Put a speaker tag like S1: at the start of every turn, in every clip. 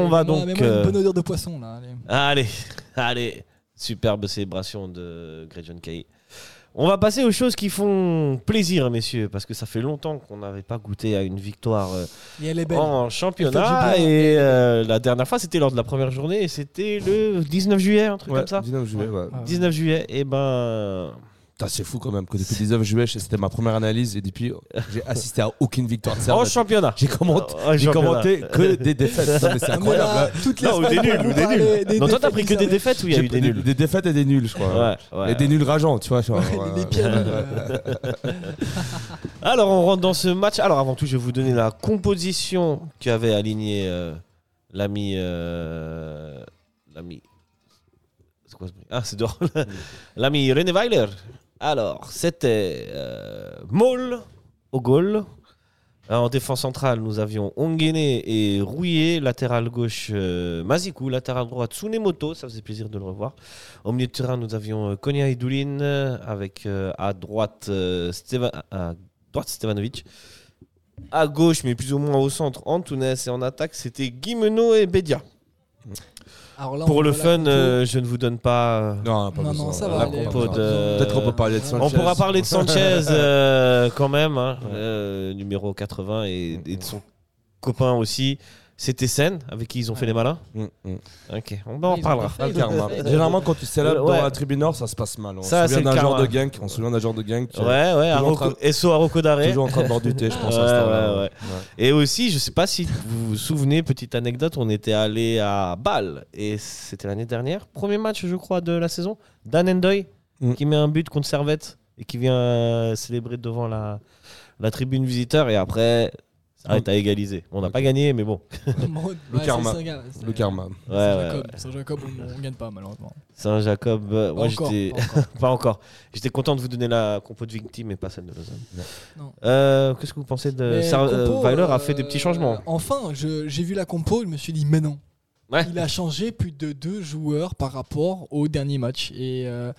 S1: on va
S2: Mets-moi-
S1: donc,
S2: mets-moi
S1: euh,
S2: une bonne odeur de poisson là. allez.
S1: Allez, allez. Superbe célébration de Gretchen Kay. On va passer aux choses qui font plaisir, messieurs, parce que ça fait longtemps qu'on n'avait pas goûté à une victoire euh,
S2: Et elle est belle.
S1: en championnat.
S2: Elle fait du bien.
S1: Et euh, la dernière fois, c'était lors de la première journée, et c'était le 19 juillet, un truc
S3: Ouais,
S1: comme ça.
S3: 19 juillet, ouais.
S2: Ah ouais.
S1: 19 juillet, et ben.
S3: Putain, c'est fou quand même que depuis le 19 juillet, c'était ma première analyse et depuis, j'ai assisté à aucune victoire de
S1: En
S3: Servette.
S1: championnat.
S3: J'ai commenté,
S1: En
S3: j'ai
S1: championnat.
S3: commenté que des défaites. Non, mais c'est
S2: Ah, mais là,
S3: incroyable. hein.
S2: toutes les
S1: Non, ou des
S2: semaines,
S1: nuls,
S2: on
S1: ou
S2: vous
S1: des
S2: parle
S1: nuls.
S2: des
S1: Non, toi, t'as
S2: défaites
S1: pris que des
S2: bizarres.
S1: défaites ou il y a
S3: J'ai
S1: eu des
S3: des-
S1: nuls
S3: Des défaites et des nuls, je crois.
S1: Ouais, ouais.
S3: Et des nuls rageants, tu vois. genre, ouais.
S2: Les pieds, euh,
S1: Alors, on rentre dans ce match. Alors, avant tout, je vais vous donner la composition qu'avait alignée euh, l'ami. euh, l'ami. C'est quoi ce bruit Ah, c'est dehors. l'ami René Weiler. Alors, c'était euh, Maul au goal. Euh, En défense centrale, nous avions Onguené et Rouillé. Latéral gauche, euh, Mazikou. Latéral droite, Tsunemoto. Ça faisait plaisir de le revoir. Au milieu de terrain, nous avions euh, Konya et Doulin. euh, Avec euh, à droite, euh, Steva- à droite Stevanovic. À gauche, mais plus ou moins au centre, Antunes. Et en attaque, c'était Guimeno et Bedia.
S2: alors là, on
S1: Pour le
S2: voit la
S1: fun,
S2: compo.
S1: euh, je ne vous donne pas. euh,
S3: Non, pas
S2: Non,
S3: besoin.
S2: non, ça
S1: la
S2: va. allez,
S1: compo
S2: on-
S1: de-
S3: Peut-être on peut parler de
S2: on
S3: Sanchez.
S1: On pourra parler de Sanchez euh, quand même, hein,
S3: Ouais.
S1: euh, numéro 80, et, et de son copain aussi. C'était Sen, avec qui ils ont fait
S2: Ouais.
S1: les malins.
S3: Mm, mm.
S1: Ok, on en
S2: Ils ont
S1: parlera.
S2: pas fait, ils ont
S3: Karma.
S2: pas fait.
S3: Généralement, quand tu célèbres
S1: Ouais.
S3: dans la tribune nord, ça se passe mal. hein. On
S1: Ça,
S3: se
S1: c'est
S3: souvient
S1: le
S3: d'un genre
S1: karma.
S3: de gang. On se souvient d'un genre de gang. qui
S1: Ouais,
S3: est
S1: ouais, à
S3: toujours en
S1: Rocco- SO à Rocco d'Arrêt.
S3: Toujours en train de boire du thé, je pense.
S1: Ouais,
S3: à ce temps-là.
S1: ouais, ouais. Et aussi, je sais pas si vous vous souvenez, petite anecdote, on était allé à Bâle et c'était l'année dernière, premier match, je crois, de la saison. Dan Endoy
S3: Mm.
S1: qui met un but contre Servette et qui vient euh, célébrer devant la, la tribune visiteur et après,
S2: Ah.
S1: Servette a égalisé. On n'a pas gagné, mais bon,
S2: Le
S3: karma. Le karma.
S1: Ouais, ouais,
S2: Saint-Jacob, on on gagne pas malheureusement.
S1: Saint-Jacob, euh, moi
S2: Pas encore,
S1: j'étais.
S2: pas encore.
S1: Pas encore. J'étais content de vous donner la compo de Victime et pas celle de Lausanne.
S2: Non.
S1: Euh, Qu'est-ce que vous pensez de.
S2: Mais
S1: Sar-
S2: compo,
S1: euh, Weiler
S2: euh,
S1: a fait des petits changements.
S2: Enfin, je- j'ai vu la compo, je me suis dit, mais non.
S1: Ouais.
S2: Il a changé plus de deux joueurs par rapport au dernier match. Et, euh,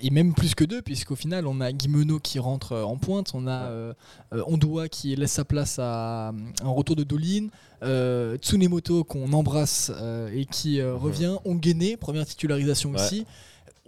S2: et même plus que deux, puisqu'au final, on a Guimeno qui rentre euh, en pointe, on a euh, euh, Ondoa qui laisse sa place à euh, un retour de Dolin, euh, Tsunemoto qu'on embrasse euh, et qui euh, revient, Ongene, première titularisation
S1: Mhm. Ouais. Mm.
S2: aussi.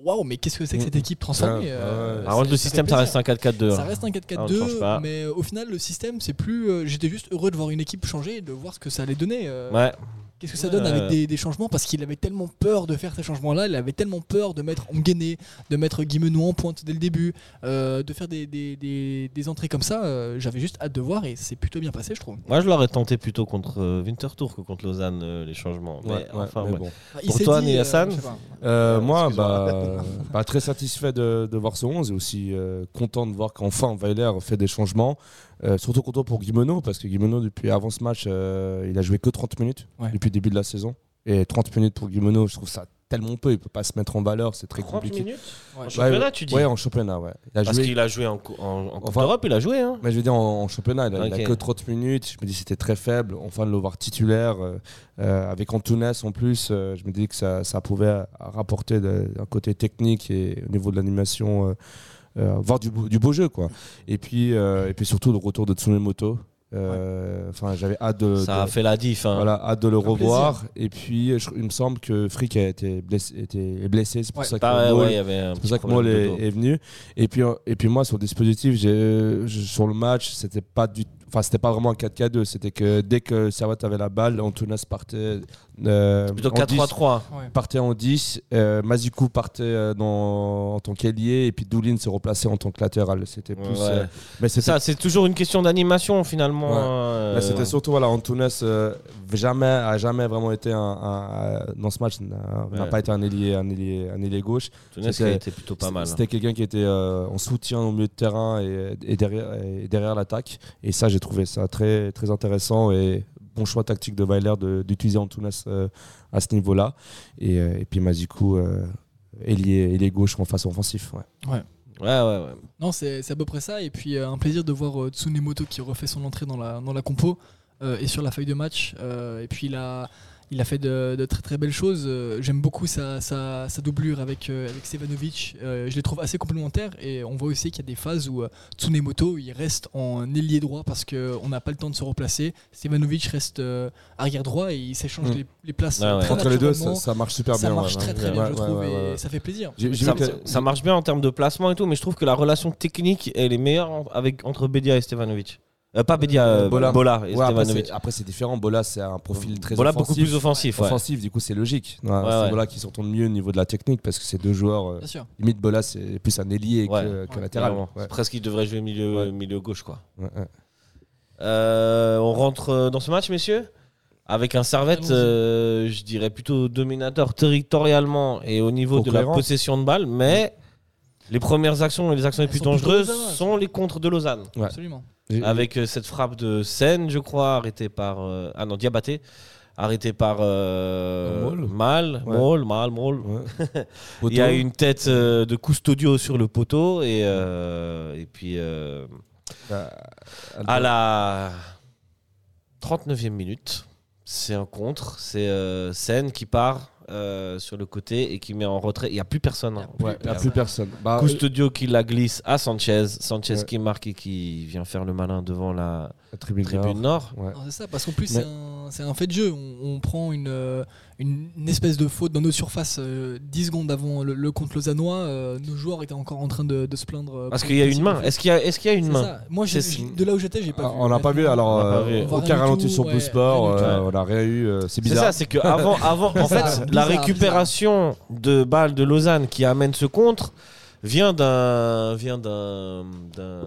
S2: Waouh, mais qu'est-ce que c'est que cette équipe transformée
S3: Ouais,
S2: euh,
S3: ouais.
S1: Par contre,
S2: c'est-
S1: Ah, le
S2: fait
S1: système, ça
S2: plaisir.
S1: reste un 4-4-2.
S2: Ça
S1: hein.
S2: reste
S1: Ah, on
S2: un
S1: ne change
S2: 4-4-2,
S1: pas.
S2: mais au final, le système, c'est plus. euh, J'étais juste heureux de voir une équipe changer et de voir ce que ça allait donner. euh,
S1: Ouais.
S2: Qu'est-ce que ça donne
S1: Ouais.
S2: avec des, des changements Parce qu'il avait tellement peur de faire ces changements-là, il avait tellement peur de mettre Onguené, de mettre Guimenou en pointe dès le début, euh, de faire des, des, des- des entrées comme ça. euh, J'avais juste hâte de voir et c'est plutôt bien passé, je trouve.
S1: Moi, je l'aurais tenté plutôt contre euh, Winterthur que contre Lausanne, euh, les changements. Mais
S3: Ouais, ouais,
S1: enfin,
S3: mais
S1: ouais.
S3: bon.
S2: Enfin,
S1: Pour
S2: s'est
S1: toi,
S2: dit,
S1: Né Hassan
S2: je sais pas.
S3: Euh,
S1: Euh,
S3: moi,
S1: excuse-moi.
S3: bah, euh, bah, très satisfait de, de voir ce 11 et aussi euh, content de voir qu'enfin Weiler fait des changements. Euh, surtout content pour Guimeno parce que Guimeno, depuis avant ce match, euh, il a joué que 30 minutes
S2: Ouais.
S3: depuis le début de la saison. Et 30 minutes pour Guimeno, je trouve ça tellement peu. Il peut pas se mettre en valeur, c'est très
S1: 30
S3: compliqué.
S1: minutes
S2: Ouais.
S1: En championnat,
S3: ouais,
S1: tu dis
S3: Ouais, en championnat, ouais. Il a
S1: Parce
S3: joué-
S1: qu'il a joué en, cou- en, en Coupe
S3: Enfin-
S1: d'Europe, il a joué. Hein.
S3: Mais je veux dire, en, en championnat, il a, il a
S1: Ok.
S3: que 30 minutes. Je me dis c'était très faible. Enfin, de le voir titulaire euh, euh, avec Antunes en plus, euh, je me dis que ça, ça pouvait euh, rapporter de- un côté technique et au niveau de l'animation, euh, euh, voir du, beau- du beau jeu. Quoi. Et, puis, euh, et puis surtout le retour de Tsunemoto. Euh, Enfin, j'avais hâte de.
S1: ça a
S3: de-
S1: fait la diff. hein.
S3: Voilà, hâte de le
S2: plaisir.
S3: revoir. Et puis, je- il me semble que Frick a été blessé. était- est blessé c'est pour
S2: Ouais.
S3: ça que
S1: Pareil,
S3: Maul-
S1: Bah ouais, il y avait un
S3: c'est pour ça
S1: petit
S3: que Moll
S1: problème de
S3: est,
S1: dos.
S3: est venu. Et puis, euh, et puis moi, sur le dispositif, j'ai- je- sur le match, c'était pas du, enfin, c'était pas vraiment un 4K2. C'était que dès que Servette avait la balle, Antunas partait. euh,
S1: Plutôt
S3: en
S1: 4-3-3.
S2: Ouais.
S3: 10, partait en 10, euh, Mazikou partait euh, dans, en tant qu'ailier et puis Doulin se replaçait en tant que latéral. C'était plus.
S1: Ouais.
S3: euh, mais
S1: C'est
S3: c'était
S1: ça, c'est toujours une question d'animation finalement.
S3: Ouais.
S1: euh,
S3: Là, c'était surtout voilà, Antunes euh, jamais a jamais vraiment été un, un- un- dans ce match n'a n'a
S1: Ouais.
S3: pas été un ailier un ailier un ailier gauche.
S1: Tounes qui a
S3: c'était-
S1: été plutôt pas mal. hein.
S3: C'était quelqu'un qui était euh, en soutien au milieu de terrain et, et derrière, et derrière l'attaque. Et ça, j'ai trouvé ça très, très intéressant et bon choix tactique de Weiler de- d'utiliser Antunas euh, à ce niveau-là. Et, euh, et puis Mazikou, euh, ailier, ailier gauche en face offensif. ouais.
S1: Ouais, ouais, ouais.
S2: Non, c'est c'est à peu près ça. Et puis, euh, un plaisir de voir euh, Tsunemoto qui refait son entrée dans la, dans la compo euh, et sur la feuille de match. Euh, et puis, il a, il a fait de, de très très belles choses. Euh, J'aime beaucoup sa, sa, sa doublure avec, euh, avec Stevanovic. Euh, je les trouve assez complémentaires et on voit aussi qu'il y a des phases où euh, Tsunemoto il reste en ailier droit parce qu'on n'a pas le temps de se replacer. Stevanovic reste euh, arrière droit et ils s'échangent
S3: Mm.
S2: les, les places.
S1: Ah ouais.
S2: très
S3: Entre les deux, ça,
S2: naturellement.
S3: ça marche super
S2: Ça
S3: bien.
S2: marche
S3: ouais,
S2: très
S3: ouais,
S2: très bien,
S3: ouais,
S2: je
S3: ouais,
S2: trouve,
S3: ouais,
S2: et
S3: ouais.
S2: ça fait plaisir.
S3: J'ai- j'ai
S1: Ça,
S3: vu que-
S1: ça marche bien en termes de placement et tout, mais je trouve que la relation technique, elle est meilleure en- avec, entre Bedia et Stevanovic. Euh, pas Bedia,
S3: Euh,
S1: euh, Bola.
S3: Bola.
S1: et
S3: Ouais, après,
S1: Stevanovic.
S3: c'est- après, c'est différent. Bola, c'est un profil très
S1: Bola beaucoup
S3: offensif.
S1: plus offensif. ouais.
S3: offensif, du coup, c'est logique. Ouais, c'est
S1: ouais.
S3: Bola qui s'entend mieux au niveau de la technique parce que c'est deux joueurs. euh,
S2: Bien sûr.
S3: limite, Bola, c'est plus un ailier que-
S1: Ouais.
S3: que,
S2: Ouais.
S3: latéral.
S1: Vraiment.
S3: Ouais,
S1: C'est Presque il devrait jouer milieu,
S3: Ouais.
S1: milieu gauche. quoi.
S3: ouais, ouais.
S1: Euh, on rentre euh, dans ce match, messieurs avec un servette,
S2: Allons-y.
S1: euh, je dirais plutôt dominateur territorialement et au niveau
S3: Faut
S1: de la
S3: cohérence.
S1: possession de balle, mais les premières actions et les actions les
S2: Elles
S1: plus
S2: sont plutôt
S1: dangereuses
S2: Lausanne, elles
S1: sont les contres de Lausanne.
S3: Ouais.
S2: Absolument.
S3: Et-
S1: avec euh, cette frappe de Seine, je crois, arrêtée par. euh, ah non, Diabaté, arrêtée par. Euh,
S3: Maul.
S1: Mal,
S3: Ouais.
S1: Maul, Mal, Maul.
S3: Ouais.
S1: Il y a
S3: Poteau.
S1: une tête euh, de Custodio sur le poteau et, euh, et puis euh,
S3: Bah,
S1: à la 39e minute, c'est un contre, c'est euh, Seine qui part euh, sur le côté et qui met en retrait. Il n'y a plus personne. hein.
S3: Ouais, il n'y a plus personne. Bah,
S1: Custodio qui la glisse à Sanchez, Sanchez
S3: Ouais.
S1: qui marque et qui vient faire le malin devant la
S3: euh, la tribune
S1: tribune
S3: nord.
S1: nord.
S3: Ouais.
S2: Non, C'est ça, parce qu'en plus,
S3: Mais-
S2: c'est un- c'est un, fait de jeu. On, on prend une, euh, une, une espèce de faute dans notre surface euh, 10 secondes avant le, le contre lausannois. euh, nos joueurs étaient encore en train de, de se plaindre. euh,
S1: Parce
S2: pour-
S1: qu'il y a
S2: pour-
S1: une main. Est-ce qu'il y a, est-ce qu'il y a une
S2: C'est
S1: main
S2: ça. Moi, j'ai-
S1: C'est-
S2: j'ai- de là où j'étais, j'ai pas
S3: Ah,
S2: vu.
S3: on l'a pas vu, alors
S1: On l'a pas
S3: euh,
S1: vu.
S2: On voit rien
S3: aucun
S2: du
S3: ralenti
S2: tout,
S3: sur
S2: ouais,
S3: Blue Sport,
S2: rien du
S3: euh,
S1: tout.
S3: on n'a rien eu, euh, c'est
S1: C'est ça,
S3: bizarre.
S1: c'est que avant, avant en fait,
S2: Bizarre,
S1: la
S2: bizarre,
S1: récupération de balles de Lausanne qui amène ce contre vient d'un, vient d'un, d'un,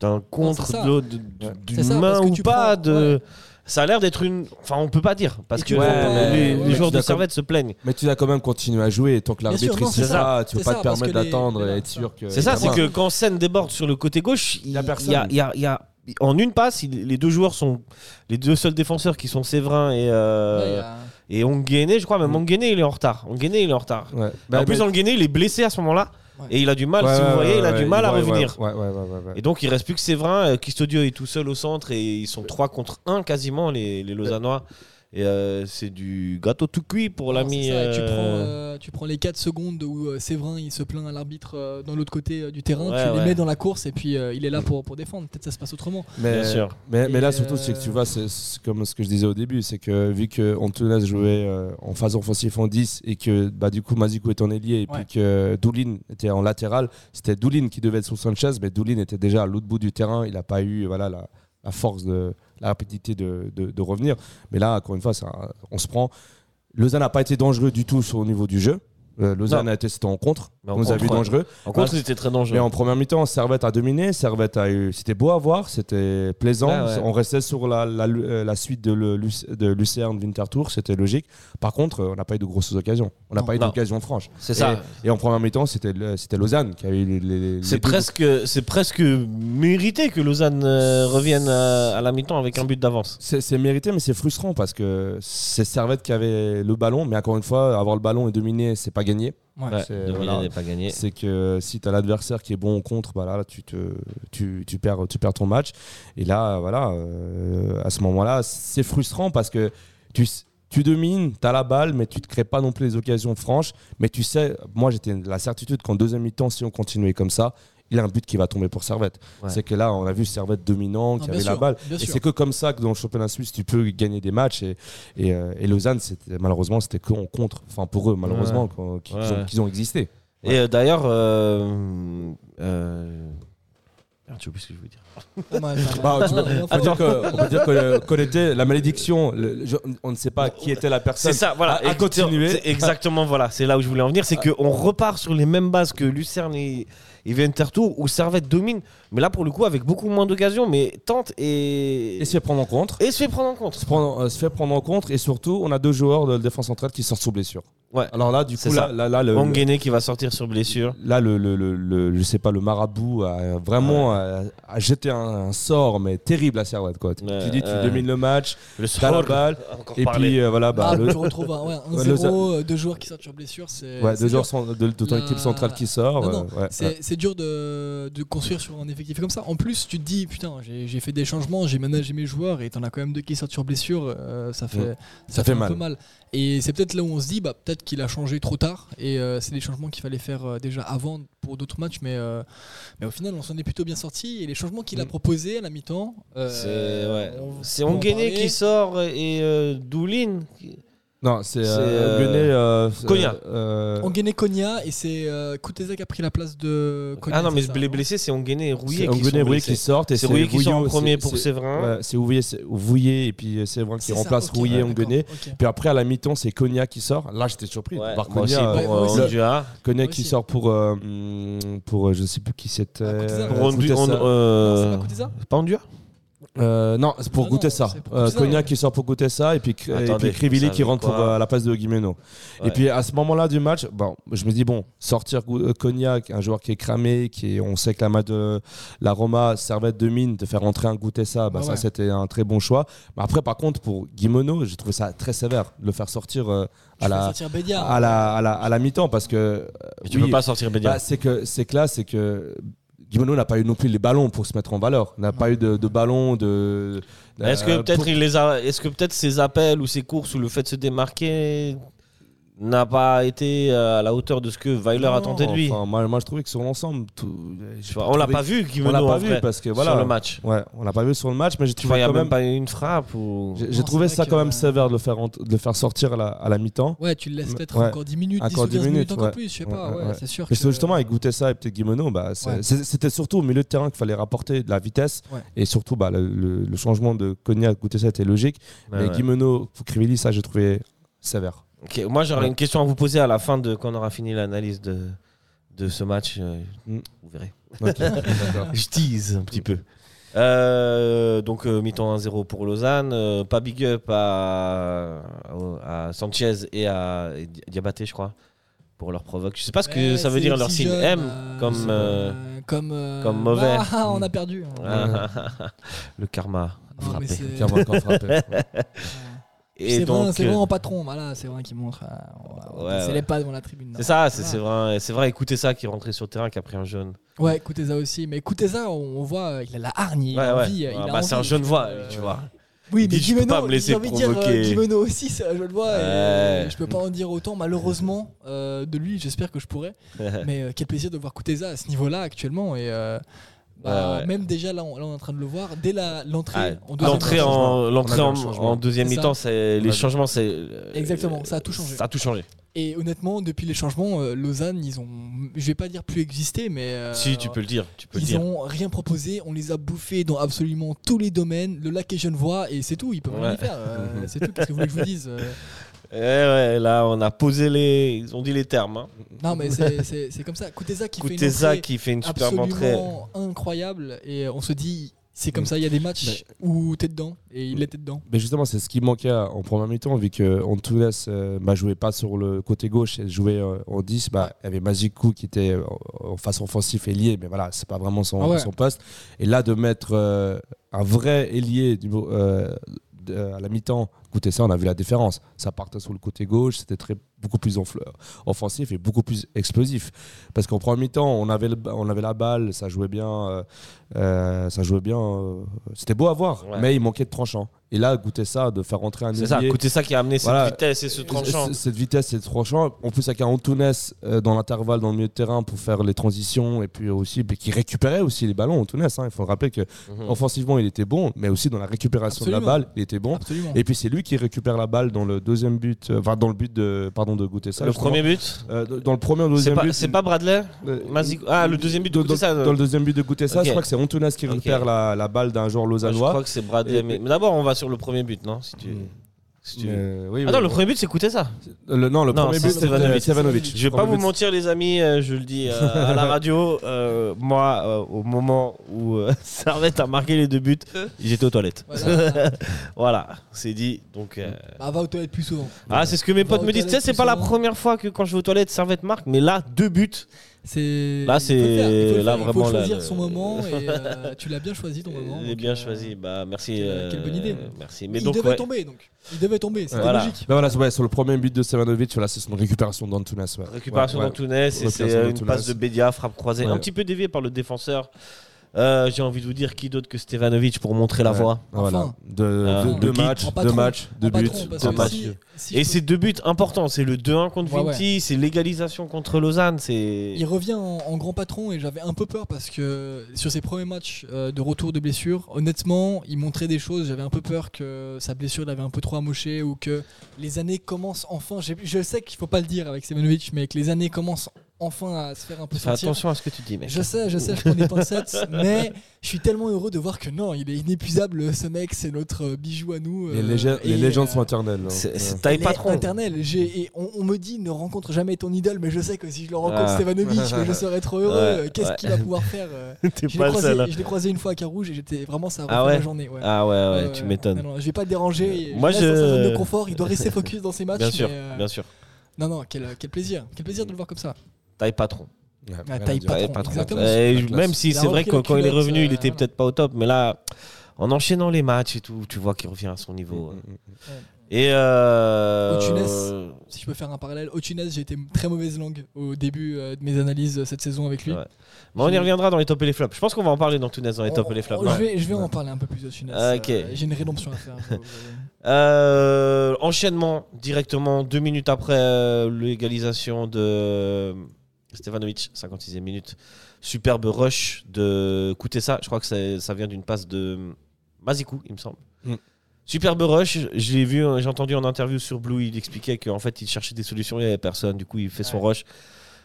S1: d'un contre
S2: c'est ça.
S1: de l'autre- de- de-
S3: Ouais.
S1: d'une
S2: C'est ça,
S1: main
S2: parce que
S1: ou
S2: tu
S1: pas
S2: prends-
S1: de. Ça a l'air d'être une. Enfin, on peut pas dire parce
S2: Et
S1: que
S2: tu
S1: les-
S3: prends
S1: les,
S3: pas-
S2: ouais,
S1: les
S2: ouais.
S1: joueurs de
S3: D'accord.
S1: Servette se plaignent.
S3: Mais tu as quand même continué à jouer et tant que
S2: Bien
S3: l'arbitre
S2: sûr,
S3: il
S2: non,
S3: sait
S2: c'est ça.
S3: ça, tu peux
S2: C'est
S3: pas
S2: ça,
S3: te
S2: parce
S3: permettre
S2: que les-
S3: d'attendre et
S2: voilà,
S3: être sûr que.
S1: C'est ça, c'est
S3: Vraiment.
S1: que quand Sen déborde sur le côté gauche, il
S3: y a personne.
S1: il y a, il y a- il y a- en une passe, il- les deux joueurs sont les deux seuls défenseurs qui sont Séverin et. euh,
S2: Ouais, il y a-
S1: Et Onguene, je crois, même
S3: Mm.
S1: Onguene, il est en retard. Onguene, il est en retard.
S3: Ouais.
S1: Mais en
S3: Bah,
S1: plus,
S3: mais-
S1: Onguene, il est blessé à ce moment-là.
S2: Ouais.
S1: Et il a du mal,
S3: Ouais,
S1: si vous
S3: ouais,
S1: voyez, il a
S3: ouais,
S1: du
S3: ouais,
S1: mal à
S3: ouais,
S1: revenir.
S3: Ouais, ouais, ouais, ouais, ouais.
S1: Et donc, il reste plus que Séverin. euh, Custodio est tout seul au centre et ils sont 3 contre 1 quasiment, les, les Lausannois. Et euh, c'est du gâteau tout cuit pour
S2: Non,
S1: l'ami.
S2: c'est ça, et Tu,
S1: euh,
S2: prends, euh, tu prends les 4 secondes où euh, Séverin il se plaint à l'arbitre euh, dans l'autre côté euh, du terrain,
S1: Ouais,
S2: tu
S1: ouais.
S2: les mets dans la course et puis euh, il est là pour, pour défendre. Peut-être ça se passe autrement.
S1: Bien
S3: Mais,
S1: sûr.
S3: mais, mais
S2: Et,
S3: là,
S2: euh,
S3: surtout, c'est que tu vois, c'est c'est comme ce que je disais au début, c'est que vu que Antunes jouait euh, en phase offensive en 10 et que bah, du coup Mazikou est en ailier et
S2: Ouais.
S3: puis que Doulin était en latéral, c'était Doulin qui devait être sur Sanchez, mais Doulin était déjà à l'autre bout du terrain, il n'a pas eu voilà, la, la force, de, la rapidité de, de- de revenir. Mais là, encore une fois, ça- on se prend. Lausanne n'a pas été dangereux du tout sur- au niveau du jeu. Euh, Lausanne
S1: Non.
S3: a été c'était en contre,
S1: Mais en
S3: on nous a
S1: contre,
S3: vu
S1: ouais.
S3: dangereux.
S1: En contre, ils étaient très dangereux.
S3: Mais en première mi-temps, Servette a dominé. Servette a eu. C'était beau à voir, c'était plaisant.
S1: Bah Ouais, ouais.
S3: On restait sur la, la, euh, la suite de, le- de Lucerne Winterthur, c'était logique. Par contre, euh, on n'a pas eu de grosses occasions. On n'a
S2: Non.
S3: pas eu
S1: Non.
S3: d'occasion franche.
S1: C'est ça.
S3: Et en première mi-temps, c'était le- c'était Lausanne qui a eu les. les- les
S1: C'est
S3: deux-
S1: presque, c'est presque mérité que Lausanne euh, revienne euh, à la mi-temps avec un but d'avance.
S3: C'est c'est mérité, mais c'est frustrant parce que c'est Servette qui avait le ballon. Mais encore une fois, avoir le ballon et dominer, c'est pas gagné.
S1: Ouais,
S3: C'est-
S1: de
S3: voilà.
S1: Villiers n'est pas gagné.
S3: c'est que si tu as l'adversaire qui est bon au contre, bah là, là, tu, te, tu, tu perds, tu perds ton match. Et là, voilà, euh, à ce moment-là, c'est frustrant parce que tu, s- tu domines, tu as la balle, mais tu te crées pas non plus les occasions franches. Mais tu sais, moi, j'étais la certitude qu'en deuxième mi-temps, si on continuait comme ça, il y a un but qui va tomber pour Servette.
S1: Ouais.
S3: C'est que là, on a vu Servette dominant,
S2: Non,
S3: qui
S2: bien
S3: avait la
S2: sûr,
S3: balle.
S2: bien
S3: Et
S2: sûr.
S3: c'est que comme ça que dans le championnat suisse, tu peux gagner des matchs. Et, et, euh, et Lausanne, c'était- malheureusement, c'était que en contre. Enfin, pour eux, malheureusement, qu'on- qu'ils
S1: Ouais.
S3: ont, qu'ils ont existé.
S1: Et euh, d'ailleurs, euh, euh, merde, j'ai oublié ce que je voulais dire.
S2: Pas mal, pas mal.
S3: Bah, tu
S2: Ah,
S3: peux-
S2: rien
S3: on
S2: à
S3: peut dire
S2: voir.
S3: que- on peut dire que le- qu'on était la malédiction. le- le- je- on ne sait pas qui était la personne.
S1: C'est ça, voilà.
S3: à- à
S1: exactement-
S3: continuer.
S1: c'est Exactement, voilà. C'est là où je voulais en venir. C'est qu'on repart sur les mêmes bases que Lucerne et, et Winterthur, où Servette domine. Mais là, pour le coup, avec beaucoup moins d'occasions, mais tente et.
S3: Et se fait prendre en compte.
S1: et se fait prendre en compte.
S3: Se, prend- euh, se fait prendre en compte. Et surtout, on a deux joueurs de défense centrale qui sortent sous blessure.
S1: Ouais.
S3: Alors là, du
S1: C'est
S3: coup, là,
S1: ça.
S3: là, là, le, le-
S1: Ongene qui va sortir sur blessure.
S3: là, le, le, le- le- je sais pas, le marabout a vraiment euh, a, jeté un, un sort, mais terrible à Servette, quoi. Tu
S1: Ouais,
S3: tu dis, tu
S1: ouais.
S3: domines le match,
S1: Le
S3: t'as la
S1: score.
S3: balle,
S1: Encore
S3: et
S1: parler.
S3: puis euh, voilà, bah,
S2: Ah,
S3: le-
S2: tu retrouves un, ouais, un
S3: Ouais, le-
S2: 0, euh, deux joueurs qui sortent sur blessure, c'est.
S3: ouais,
S2: c'est
S3: deux
S2: dur.
S3: joueurs sont- de, de ton
S2: La-
S3: équipe centrale qui sort.
S2: Non, non,
S3: euh, ouais,
S2: C'est
S3: ouais.
S2: c'est dur de, de construire sur un effectif comme ça. En plus, tu te dis, putain, j'ai j'ai fait des changements, j'ai managé mes joueurs et t'en as quand même deux qui sortent sur blessure. euh, ça fait,
S3: Mm.
S2: ça
S3: fait
S2: un
S3: mal.
S2: peu Et c'est peut-être là où on se dit, bah, peut-être qu'il a changé trop tard. Et euh, c'est des changements qu'il fallait faire euh, déjà avant pour d'autres matchs. Mais, euh, mais au final, on s'en est plutôt bien sorti. Et les changements qu'il a
S1: Mm.
S2: proposés à la mi-temps.
S1: C'est
S2: euh,
S1: ouais.
S2: on-
S1: C'est
S2: on peut en
S1: Ongene
S2: parler.
S1: qui sort et euh, Doulin. qui-
S3: Non, c'est
S1: C'est,
S3: euh,
S1: euh,
S3: Guenet, euh, c'est,
S1: Konya.
S3: euh,
S2: Ongene Konya et c'est euh, Kuteza qui a pris la place de Konya.
S1: Ah non,
S2: c'est
S1: mais
S2: ça,
S1: blé- blessé, c'est Ongene et Rouillet
S3: c'est
S1: qui
S3: Guenet,
S1: sont
S3: Rouillet
S1: blessés.
S3: qui sortent. et
S1: C'est Rouillet qui sort en
S3: Vouillot,
S1: premier
S3: c'est-
S1: pour Hein
S3: c'est-
S1: Séverin.
S3: ouais, C'est Vouillet, c'est- Vouillet, et puis euh, Séverin qui
S2: C'est ça,
S3: remplace
S2: ok,
S3: Rouillet,
S2: d'accord,
S3: Ongwené.
S2: ok.
S3: Puis après, à la mi-temps, c'est Konya qui sort. Là, j'étais surpris.
S1: Ouais,
S3: Par
S1: moi aussi
S3: Konya,
S1: pour,
S3: euh,
S2: Ouais, moi
S1: euh,
S2: aussi.
S1: Ondua.
S3: Konya
S2: Moi
S3: qui
S2: aussi.
S3: sort pour, euh, hum, pour euh, je sais plus qui c'était.
S2: Ah, Kutesa.
S3: Euh,
S1: Pour Ondu-
S3: Kutesa.
S1: Ond- euh,
S2: Non, c'est pas Kuteza
S1: c'est pas Ondua
S3: Euh, non, c'est pour
S2: Ah
S3: goûter
S2: non,
S3: ça.
S2: c'est pour
S3: Euh,
S2: Kutesa,
S3: Konya
S2: ouais.
S3: qui sort pour goûter ça et puis, et
S1: Attendez,
S3: puis Krivili
S1: vous
S3: qui
S1: savez
S3: rentre
S1: quoi
S3: pour, euh, à la place de Guimeno.
S1: Ouais.
S3: Et puis à ce moment-là du match, bon, je me dis bon, sortir Gou- euh, Konya, un joueur qui est cramé, qui est- on sait que la, ma- de, la Roma servait de mine de faire entrer un goûter ça, bah,
S2: Ah
S3: ça
S2: ouais.
S3: c'était un très bon choix. Mais après par contre pour Guimeno, j'ai trouvé ça très sévère, le faire sortir euh,
S2: Tu fais
S3: à, la,
S2: sortir Bedia.
S3: à la à la à la mi-temps parce que euh,
S1: Mais Tu
S3: oui,
S1: peux pas sortir Bedia.
S3: bah, c'est que c'est que là, c'est que Guimeno n'a pas eu non plus les ballons pour se mettre en valeur. N'a pas eu de, de ballon de.
S1: Est-ce que
S3: euh,
S1: peut-être
S3: pour-
S1: il les a est-ce que peut-être ses appels ou ses courses ou le fait de se démarquer n'a pas été euh, à la hauteur de ce que Weiler a tenté de lui
S3: Enfin, moi, moi, je trouvais que sur l'ensemble, tout-
S1: Tu
S3: j'ai
S1: vois, On l'a
S3: trouvé-
S1: pas vu
S3: On
S1: Guimeno
S3: l'a
S1: en
S3: pas vu
S1: vrai,
S3: parce que voilà.
S1: sur le match.
S3: Ouais, on l'a pas vu sur le match, mais j'ai
S1: Tu vois, il
S3: trouvé
S1: n'y a
S3: quand
S1: même,
S3: même.
S1: pas une frappe ou
S3: J'ai
S2: Non,
S3: j'ai
S2: c'est
S3: trouvé
S2: vrai
S3: ça
S2: que-
S3: quand même sévère de le faire rent- de le faire sortir à la, à la mi-temps.
S2: Ouais, tu le laisses peut-être
S3: Ouais.
S2: encore 10 minutes, 10
S3: Encore
S2: ou
S3: 10
S2: 15 minutes,
S3: minutes,
S2: encore
S3: ouais.
S2: plus, je sais
S3: Ouais,
S2: pas, ouais,
S3: ouais, ouais.
S2: c'est sûr.
S3: Parce
S2: que-
S3: que justement, avec Goutessa et peut-être Guimeno, bah, c'est-
S2: Ouais.
S3: c'est- c'était surtout au milieu de terrain qu'il fallait rapporter de la vitesse.
S2: Ouais.
S3: Et surtout, bah, le, le- le changement de Konya à Goutessa était logique. mais
S1: Ouais, ouais.
S3: Guimeno, Crivelli, ça, j'ai trouvé sévère.
S1: Ok, Moi, j'aurais
S3: Ouais.
S1: une question à vous poser à la fin de quand on aura fini l'analyse de de ce match. euh,
S3: Mm.
S1: Vous verrez.
S3: Ok, d'accord.
S1: Je tease un petit peu. Euh, donc, euh, mi-temps 1-0 pour Lausanne. euh, pas big up à, à Sanchez et à et Di- Diabaté, je crois, pour leur provoque. Je sais pas ce que
S2: Ouais,
S1: ça veut
S2: c'est
S1: dire
S2: les
S1: leur
S2: petits
S1: signe
S2: jeunes,
S1: M,
S2: euh,
S1: comme. euh,
S2: euh, comme, euh,
S1: comme mauvais.
S2: Ah, on a perdu.
S1: ah, ah, ah, le karma a
S2: Non, mais
S1: frappé.
S2: c'est-
S3: Tiens, moi, encore frappé.
S1: Et
S2: C'est vrai,
S1: donc,
S2: c'est
S1: euh,
S2: vrai en patron, voilà, c'est vrai qui montre. euh,
S1: Ouais,
S2: C'est
S1: ouais.
S2: les pas devant la tribune. non.
S1: c'est ça, c'est c'est vrai, c'est vrai. Écoutez ça qui est rentré sur le terrain, qui a pris un jaune.
S2: Ouais, écoutez ça aussi, mais écoutez ça, on on voit, euh, il a la hargne, il
S1: Ouais,
S2: a
S1: ouais.
S2: envie,
S1: Ah,
S2: il a
S1: bah, c'est un
S2: envie,
S1: jeune voix,
S2: euh,
S1: tu vois.
S2: Oui,
S1: Il
S2: mais
S1: dit, je peux pas
S2: Jimeno,
S1: me laisser
S2: j'ai envie de dire, euh,
S1: provoquer.
S2: Jimeno aussi, c'est un jeu de voix. et,
S1: Ouais.
S2: euh, je peux pas en dire autant, malheureusement, euh, de lui. J'espère que je pourrais. mais euh, quel plaisir de voir Kuteza à ce niveau-là actuellement. Et euh, bah,
S1: Ouais, ouais.
S2: même déjà, là on, là, on est en train de le voir. Dès la- l'entrée,
S1: Ah,
S2: en deuxième
S1: L'entrée
S2: mi-temps,
S1: en, l'entrée
S3: On a
S1: en,
S3: vu un changement.
S1: en deuxième
S2: C'est ça.
S1: mi-temps, c'est, les
S3: On a vu.
S1: changements, c'est. euh,
S2: Exactement, ça a tout changé.
S1: Ça a tout changé.
S2: Et honnêtement, depuis les changements, euh, Lausanne, ils ont, je vais pas dire plus existé, mais. euh,
S1: si, tu peux le dire. Tu peux le
S2: Ils
S1: dire.
S2: ont rien proposé, on les a bouffés dans absolument tous les domaines. Le lac est genevois et c'est tout, ils peuvent rien
S1: Ouais.
S2: y faire. euh, c'est tout, qu'est-ce que vous voulez que je vous dise euh,
S1: Eh ouais, là, on a posé les. Ils ont dit les termes. Hein.
S2: Non, mais c'est- c'est c'est comme ça. Kuteza qui fait une
S1: Kuteza
S2: entrée
S1: qui fait une superbe entrée. Mm.
S2: absolument incroyable et on se dit, c'est comme ça, il y a des matchs où t'es dedans et il était dedans.
S3: Mais justement, c'est ce qui manquait en première mi-temps, vu que Antunes euh, bah, jouait pas sur le côté gauche, elle jouait euh, en 10. Bah, il y avait Magiku qui était euh, en face offensif ailier, mais voilà, c'est pas vraiment son,
S2: Ah ouais.
S3: son poste. Et là, de mettre euh, un vrai ailier du, euh, de- à la mi-temps, écoutez ça, on a vu la différence. Ça partait sur le côté gauche, c'était très beaucoup plus enfle- offensif et beaucoup plus explosif. Parce qu'en première mi-temps, on avait, le- on avait la balle, ça jouait bien, euh, euh, ça jouait bien. euh, c'était beau à voir,
S1: Ouais.
S3: mais il manquait de tranchant. Et là, goûter ça, de faire rentrer un
S1: C'est ça,
S3: ailier,
S1: Kuteza qui a amené cette
S3: Voilà.
S1: vitesse et ce tranchant.
S3: c- cette vitesse, et tranchant. En plus, avec un Antunes euh, dans l'intervalle, dans le milieu de terrain pour faire les transitions et puis aussi, puis qui récupérait aussi les ballons. Antunes, hein. il faut rappeler que
S1: Mhm.
S3: offensivement, il était bon, mais aussi dans la récupération de la
S2: Absolument.
S3: balle, il était bon.
S2: Absolument.
S3: Et puis c'est lui qui récupère la balle dans le deuxième but, euh, enfin dans le but de, pardon, de goûter ça.
S1: le premier but
S3: Euh, dans le premier ou le
S1: c'est
S3: deuxième
S1: pas,
S3: but.
S1: c'est pas Bradley
S3: euh,
S1: Mazic- Ah, le deuxième but de
S3: dans, dans-
S1: Kuteza.
S3: dans le deuxième but de goûter ça,
S1: Ok.
S3: je crois que c'est Antunes qui
S1: Ok.
S3: récupère la, la balle d'un joueur
S1: Je
S3: lausannois.
S1: crois que c'est Bradley.
S3: Et-
S1: Mais mais d'abord, on va sur le premier but, non si tu...
S3: Mm.
S1: Si si tu veux.
S3: Mais, oui,
S1: Attends,
S3: oui.
S1: Ah le premier but, c'est coûter ça.
S3: Le- non, le
S1: Non,
S3: premier
S1: c'est
S3: but,
S1: Stevanovic.
S3: c'était Stevanovic.
S1: Je vais pas
S3: Premier
S1: vous
S3: but,
S1: mentir, les amis, euh, je le dis euh, à la radio. euh, moi, euh, au moment où euh, Servette a marqué les deux buts,
S3: Euh.
S1: j'étais aux toilettes.
S2: Voilà.
S1: Voilà, c'est dit. Donc, euh,
S2: Bah, va aux toilettes plus souvent.
S1: Ah, c'est ce que mes
S2: Va
S1: potes
S2: aux
S1: me disent. Tu sais,
S2: toilettes
S1: c'est
S2: plus
S1: pas la
S2: souvent.
S1: première fois que quand je vais aux toilettes, Servette marque, mais là, deux buts.
S2: C'est
S1: Là,
S2: il faut le
S1: c'est-
S2: faire, il faut le
S1: là,
S2: faire,
S1: vraiment,
S2: Il faut
S1: là,
S2: choisir
S1: le-
S2: son moment et euh, tu l'as bien choisi ton moment.
S1: J'ai
S2: donc,
S1: Eh, bien
S2: euh,
S1: choisi. Bah, merci.
S2: quelle-
S1: euh,
S2: quelle bonne idée.
S1: Merci. Mais
S2: il
S1: donc,
S2: devait
S1: ouais.
S2: tomber donc. Il devait tomber, c'était
S1: Voilà.
S2: logique.
S3: Ben voilà, ouais, sur le premier but de Stevanovic, voilà, c'est une récupération d'Antunes. ouais.
S1: Récupération
S3: Ouais, ouais.
S1: d'Antunes et
S3: Récupération
S1: c'est euh, une
S3: d'Antunes.
S1: passe de Bédia, frappe croisée,
S3: Ouais.
S1: un petit peu déviée par le défenseur. Euh, J'ai envie de vous dire qui d'autre que Stevanovic pour montrer la
S3: Ouais.
S1: voie.
S3: Ah, Voilà.
S2: Enfin.
S3: De,
S1: Enfin.
S3: de, de
S1: Le kit.
S3: matchs,
S2: En
S3: de
S2: patron.
S3: matchs, de
S2: En
S3: buts,
S2: patron, parce
S3: de
S2: que
S3: matchs.
S2: si- euh, si
S1: Et
S2: je peux-
S1: c'est deux buts importants, c'est le 2-1 contre
S2: Ouais,
S1: Vinti, c'est l'égalisation contre Lausanne, c'est
S2: Il revient en, en grand patron et j'avais un peu peur parce que sur ses premiers matchs euh, de retour de blessure, honnêtement, il montrait des choses. J'avais un peu peur que sa blessure l'avait un peu trop amoché ou que les années commencent enfin. j'ai- Je sais qu'il faut pas le dire avec Semenovic, mais que les années commencent enfin à se faire un peu
S1: fais
S2: sentir.
S1: attention à ce que tu dis mec.
S2: Je sais, je sais, je prends des pincettes, mais je suis tellement heureux de voir que non, il est inépuisable ce mec, c'est notre bijou à nous.
S3: Les,
S2: euh,
S3: légè- les
S2: et,
S3: légendes
S2: euh,
S3: sont éternelles. hein.
S1: C'est-
S3: Ouais.
S1: c'est
S2: elle
S1: taille
S2: est
S1: patron.
S2: Éternelle. J'ai- et on, on me dit ne rencontre jamais ton idole, mais je sais que si je le rencontre,
S1: Ah.
S2: Stevanovic, mais je serais trop heureux.
S1: Ouais,
S2: Qu'est-ce
S1: ouais.
S2: qu'il va pouvoir faire euh,
S1: T'es
S2: Je
S1: pas
S2: l'ai
S1: le seul. hein.
S2: croisé, je l'ai croisé une fois à Carouge et j'étais vraiment ça
S1: Ah
S2: refait
S1: ouais
S2: ma journée. ouais.
S1: Ah ouais, ouais,
S2: Ouais,
S1: tu
S2: ouais.
S1: m'étonnes.
S2: Non, non, je vais pas le déranger.
S1: Moi,
S2: Moi, je. reste dans sa
S1: je-
S2: zone de confort, il doit rester focus dans ses matchs.
S1: Bien sûr,
S2: mais, euh,
S1: bien sûr.
S2: Non, non, quel, quel plaisir, quel plaisir de le voir comme ça.
S1: Taille patron.
S3: Ouais,
S2: Ah,
S3: rien
S2: taille
S3: à dire.
S2: patron,
S3: Ouais,
S2: exactement.
S3: Ouais.
S1: Et
S3: la classe.
S1: Euh, même si
S2: Il a
S1: c'est vrai
S2: repris
S1: que
S2: la
S1: quand il est
S2: culotte,
S1: revenu, il
S2: euh,
S1: était peut-être pas au top, mais là, en enchaînant les matchs et tout, tu vois qu'il revient à son niveau.
S3: Mm, mm,
S1: Et euh...
S2: Otunes. Si je peux faire un parallèle, au Tunis, j'ai été très mauvaise langue au début euh, de mes analyses euh, cette saison avec lui.
S1: Ouais. Mais on y reviendra dans les tops et les flops. Je pense qu'on va en parler dans Tunes
S2: Oh,
S1: dans les tops et les flops.
S2: Je vais, je vais en parler un peu plus de Tunis.
S1: Ok.
S2: euh, J'ai une rédemption à faire. je- je-
S1: Euh, enchaînement directement, deux minutes après euh, l'égalisation de Stevanovic, 56e minute. Superbe rush de Kutesa. Je crois que c'est- ça vient d'une passe de Mazikou, il me semble.
S3: Mm.
S1: Superbe rush, je l'ai vu, j'ai entendu en interview sur Blue, il expliquait qu'en fait il cherchait des solutions, il n'y avait personne, du coup il fait son
S2: Ouais.
S1: rush,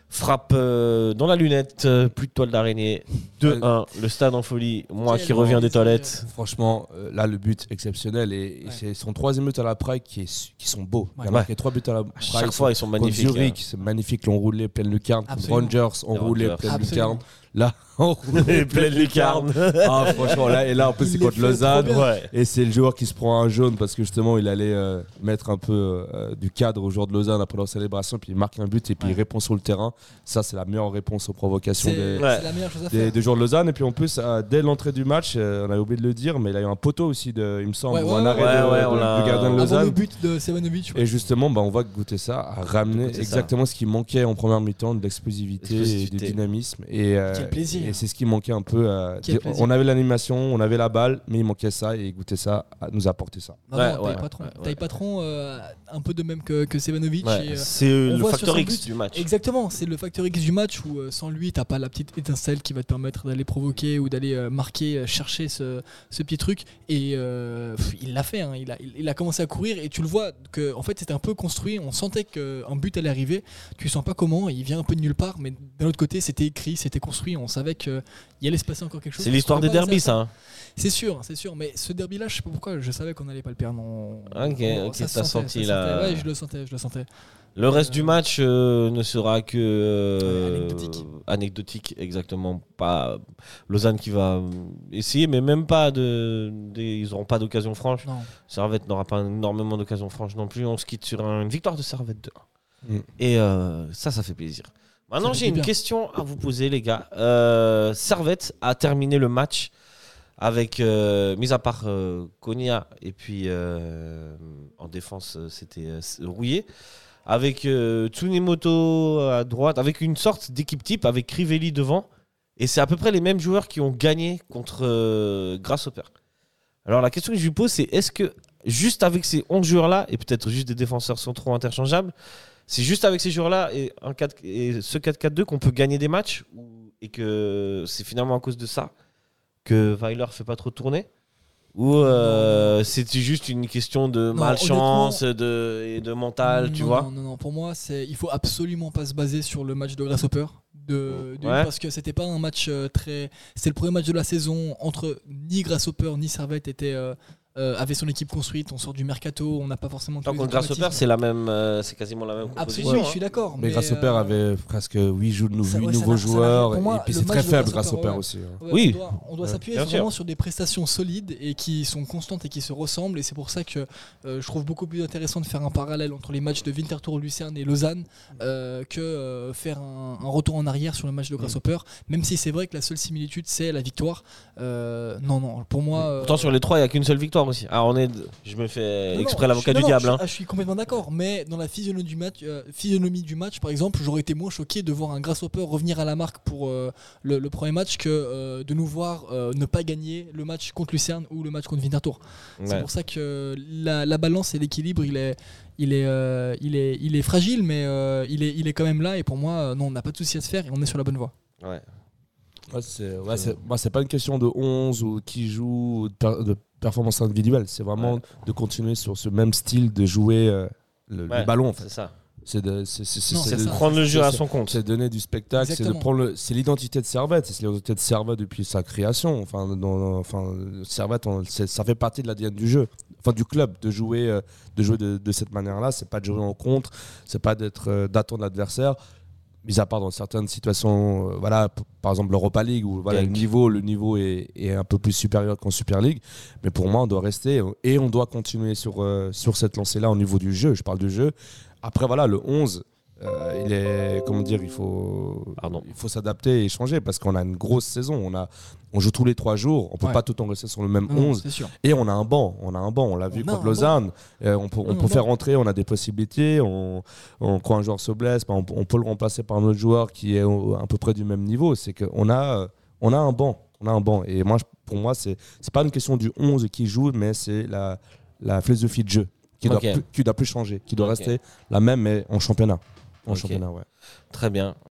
S1: frappe euh, dans la lunette, euh, plus de toile d'araignée, 2-1, le stade en folie, moi
S2: Quel
S1: qui reviens des
S2: plaisir.
S1: toilettes,
S3: Franchement, euh, là, le but exceptionnel. Et, et
S2: Ouais.
S3: c'est son troisième but à la Prague qui, est su- qui sont beaux. Il
S1: Ouais.
S3: a marqué trois buts à la
S1: à
S3: Prague.
S1: chaque
S3: ils sont-
S1: fois ils sont
S3: contre
S1: magnifiques. hein.
S3: Zurich, c'est magnifique. L'ont roulé pleine lucarne. Contre
S2: hein. Absolument.
S3: Rangers, on
S1: Les
S3: roulait
S1: Rangers.
S3: pleine
S2: Absolument.
S3: lucarne. Là, on roulait pleine lucarne. Ah, franchement, là, et là, en plus,
S2: Il
S3: c'est
S2: les
S3: contre
S2: fait trop
S3: Lausanne.
S2: bien.
S1: Ouais.
S3: Et c'est le joueur qui se prend un jaune parce que justement il allait euh, mettre un peu euh, du cadre aux joueurs de Lausanne après leur célébration, puis il marque un but et puis
S2: Ouais.
S3: il répond sur le terrain. Ça c'est la meilleure réponse aux provocations
S2: C'est
S3: des,
S1: Ouais.
S2: c'est la meilleure chose à
S3: des,
S2: faire.
S3: des joueurs de Lausanne. Et puis en plus euh, dès l'entrée du match, euh, on a oublié de le dire, mais il a eu un poteau aussi, de, il me semble,
S2: Ouais,
S3: ou
S2: ouais,
S3: un
S2: ouais.
S3: arrêt de,
S1: Ouais, ouais,
S3: de-
S1: on l'a-
S3: du gardien de
S1: Avant
S2: Avant
S3: Lausanne.
S2: le but de Sevanovic. ouais.
S3: Et justement, bah, on voit que ça a ramené
S1: Guttessa.
S3: exactement ce qui manquait en première mi-temps, de l'explosivité et du
S1: Explosivité.
S3: dynamisme. Et, euh,
S2: Quel plaisir.
S3: et c'est ce qui manquait un peu. euh,
S2: Quel
S3: di-
S2: plaisir.
S3: on avait l'animation, on avait la balle, mais il manquait ça et ça nous a apporté ça.
S2: Non,
S1: Ouais,
S2: non,
S1: ouais,
S2: taille patron.
S1: ouais, ouais.
S2: Taille patron, euh, un peu de même que, que Sevanovic.
S1: Ouais,
S2: et, euh,
S1: c'est euh,
S2: on
S1: le
S2: voit
S1: facteur
S2: sur son
S1: X
S2: but.
S1: du match.
S2: exactement, c'est le facteur X du match où euh, sans lui, t'as pas la petite étincelle qui va te permettre d'aller provoquer ou d'aller euh, marquer, euh, chercher ce, ce petit truc. Et euh, pff, il l'a fait, hein, il, a, il, il a commencé à courir et tu le vois que en fait c'était un peu construit. On sentait qu'un but allait arriver, tu sens pas comment, il vient un peu de nulle part, mais d'un autre côté c'était écrit, c'était construit, on savait qu'il allait se passer encore quelque chose.
S1: C'est l'histoire des
S2: On savait pas
S1: derbys,
S2: ça.
S1: ça. hein.
S2: C'est sûr, c'est sûr. Mais ce derby-là, je sais pas pourquoi, je savais qu'on allait pas le perdre. On-
S1: Ok,
S2: on-
S1: ok,
S2: ça se
S1: t'as
S2: sentait,
S1: senti
S2: ça se
S1: la-
S2: sentait. Ouais, je le sentais, je le sentais.
S1: Le reste
S2: Euh,
S1: du match euh, ne sera que euh,
S2: Anecdotique.
S1: anecdotique, exactement. Pas euh, Lausanne qui va euh, essayer, mais même pas de, des- ils n'auront pas d'occasion franche.
S2: Non.
S1: Servette n'aura pas énormément d'occasion franche non plus. On se quitte sur un- une victoire de Servette 2.
S3: Mm.
S1: Et euh, ça, ça fait plaisir. Maintenant,
S2: Ça fait
S1: j'ai
S2: du
S1: une
S2: bien.
S1: question à vous poser, les gars. Euh, Servette a terminé le match avec, euh, mis à part euh, Konya et puis euh, en défense, euh, c'était euh, s- Rouillé. Avec euh, Tsunemoto à droite, avec une sorte d'équipe type, avec Crivelli devant. Et c'est à peu près les mêmes joueurs qui ont gagné contre euh, Grasshopper. Alors la question que je lui pose, c'est est-ce que juste avec ces 11 joueurs-là, et peut-être juste des défenseurs sont trop interchangeables, c'est juste avec ces joueurs-là et, un 4 et ce 4-4-2 qu'on peut gagner des matchs ou- et que c'est finalement à cause de ça que Weiler fait pas trop tourner Ou euh, c'est juste une question de malchance de, et de mental, tu
S2: Non,
S1: vois
S2: Non, non, non. Pour moi, c'est il faut absolument pas se baser sur le match de Grasshopper. De, de-
S1: Ouais.
S2: Parce que c'était pas un match euh, très. C'est le premier match de la saison entre ni Grasshopper ni Servette était euh, euh, avait son équipe construite, on sort du mercato, on n'a pas forcément. tous
S1: Tant
S2: les
S1: contre Grasshopper,
S2: automatismes.
S1: c'est la même, euh, c'est quasiment la même composition.
S2: Absolument,
S1: hein.
S2: je suis d'accord.
S3: Mais Grasshopper
S2: euh,
S3: avait presque 8,
S2: ça- ouais, ça
S3: nouveaux
S2: n'a- ça n'a-
S3: joueurs.
S2: pour moi,
S3: et puis
S2: le
S3: c'est très
S2: match de
S3: faible,
S2: Grasshopper,
S3: Grasshopper
S2: ouais.
S3: aussi. hein.
S2: Ouais,
S1: Oui.
S2: On doit, on doit
S3: Ouais.
S2: s'appuyer
S1: Bien sûr.
S2: vraiment sur des prestations solides et qui sont constantes et qui se ressemblent. Et c'est pour ça que euh, je trouve beaucoup plus intéressant de faire un parallèle entre les matchs de Winterthur, Lucerne et Lausanne
S1: Mm.
S2: euh, que euh, faire un, un retour en arrière sur le
S1: Mm.
S2: match de Grasshopper. Même si c'est vrai que la seule similitude, c'est la victoire. Euh, non, non, pour moi. euh,
S1: Pourtant, sur les trois, il n'y a qu'une seule victoire aussi. Ah, on est. Je me fais
S2: non,
S1: exprès
S2: non,
S1: l'avocat
S2: je-
S1: du
S2: non, non,
S1: diable. hein.
S2: Je, ah, je suis complètement d'accord, mais dans la physionomie du match, euh, physionomie du match, par exemple, j'aurais été moins choqué de voir un Grasshopper revenir à la marque pour euh, le, le premier match que euh, de nous voir euh, ne pas gagner le match contre Lucerne ou le match contre Winterthur. C'est
S1: Ouais.
S2: pour ça que la, la balance et l'équilibre, il est, il, est, euh, il, est, il est fragile, mais euh, il, est, il est quand même là. Et pour moi, euh, non, on n'a pas de souci à se faire et on est sur la bonne voie.
S1: Ouais.
S3: Ouais, c'est ouais, c'est- moi, c'est pas une question de 11 ou qui joue ou de, per- de performance individuelle. C'est vraiment
S1: Ouais.
S3: de continuer sur ce même style de jouer euh, le, le
S1: Ouais,
S3: ballon. En fait.
S1: C'est ça.
S3: C'est de, c'est- c'est- c'est-
S2: Non,
S3: c'est
S2: c'est ça.
S3: de-
S1: Prendre le jeu
S3: c'est-
S1: à son compte.
S3: c'est de donner du spectacle. C'est de
S2: Exactement.
S3: prendre le- c'est l'identité de Servette. C'est l'identité de Servette depuis sa création. Enfin, dans- dans- enfin Servette, on- c'est- ça fait partie de l'ADN du jeu, enfin du club, de jouer, euh, de jouer de, de cette manière-là. C'est pas de jouer en contre. C'est pas d'être euh, d'attendre l'adversaire. mis à part dans certaines situations, euh, voilà, p- par exemple l'Europa League où voilà, le
S1: Gank.
S3: niveau, le niveau est, est un peu plus supérieur qu'en Super League. Mais pour moi, on doit rester euh, et on doit continuer sur, euh, sur cette lancée-là au niveau du jeu. Je parle du jeu. Après, voilà, le 11, euh, il est, comment dire, il faut,
S1: Pardon.
S3: il faut s'adapter et changer parce qu'on a une grosse saison. On, a, on joue tous les trois jours. On peut
S2: Ouais.
S3: pas tout le temps rester sur le même
S2: Non,
S3: 11.
S2: c'est sûr.
S3: Et on a un banc, on a un banc, on l'a vu
S2: a un
S3: contre
S2: banc.
S3: Lausanne. Euh, on peut, on
S2: Non,
S3: peut
S2: non.
S3: faire rentrer, on a des possibilités. On, on- quand un joueur se blesse, bah, on, on peut le remplacer par un autre joueur qui est au- à peu près du même niveau. C'est qu'on a, euh, on a un banc, on a un banc. Et moi, je- pour moi, c'est c'est pas une question du 11 qui joue, mais c'est la, la philosophie de jeu qui doit,
S1: Ok.
S3: plus, qui doit plus changer, qui doit
S1: Ok.
S3: rester la même, mais en championnat. En
S1: Ok.
S3: championnat, ouais.
S1: Très bien.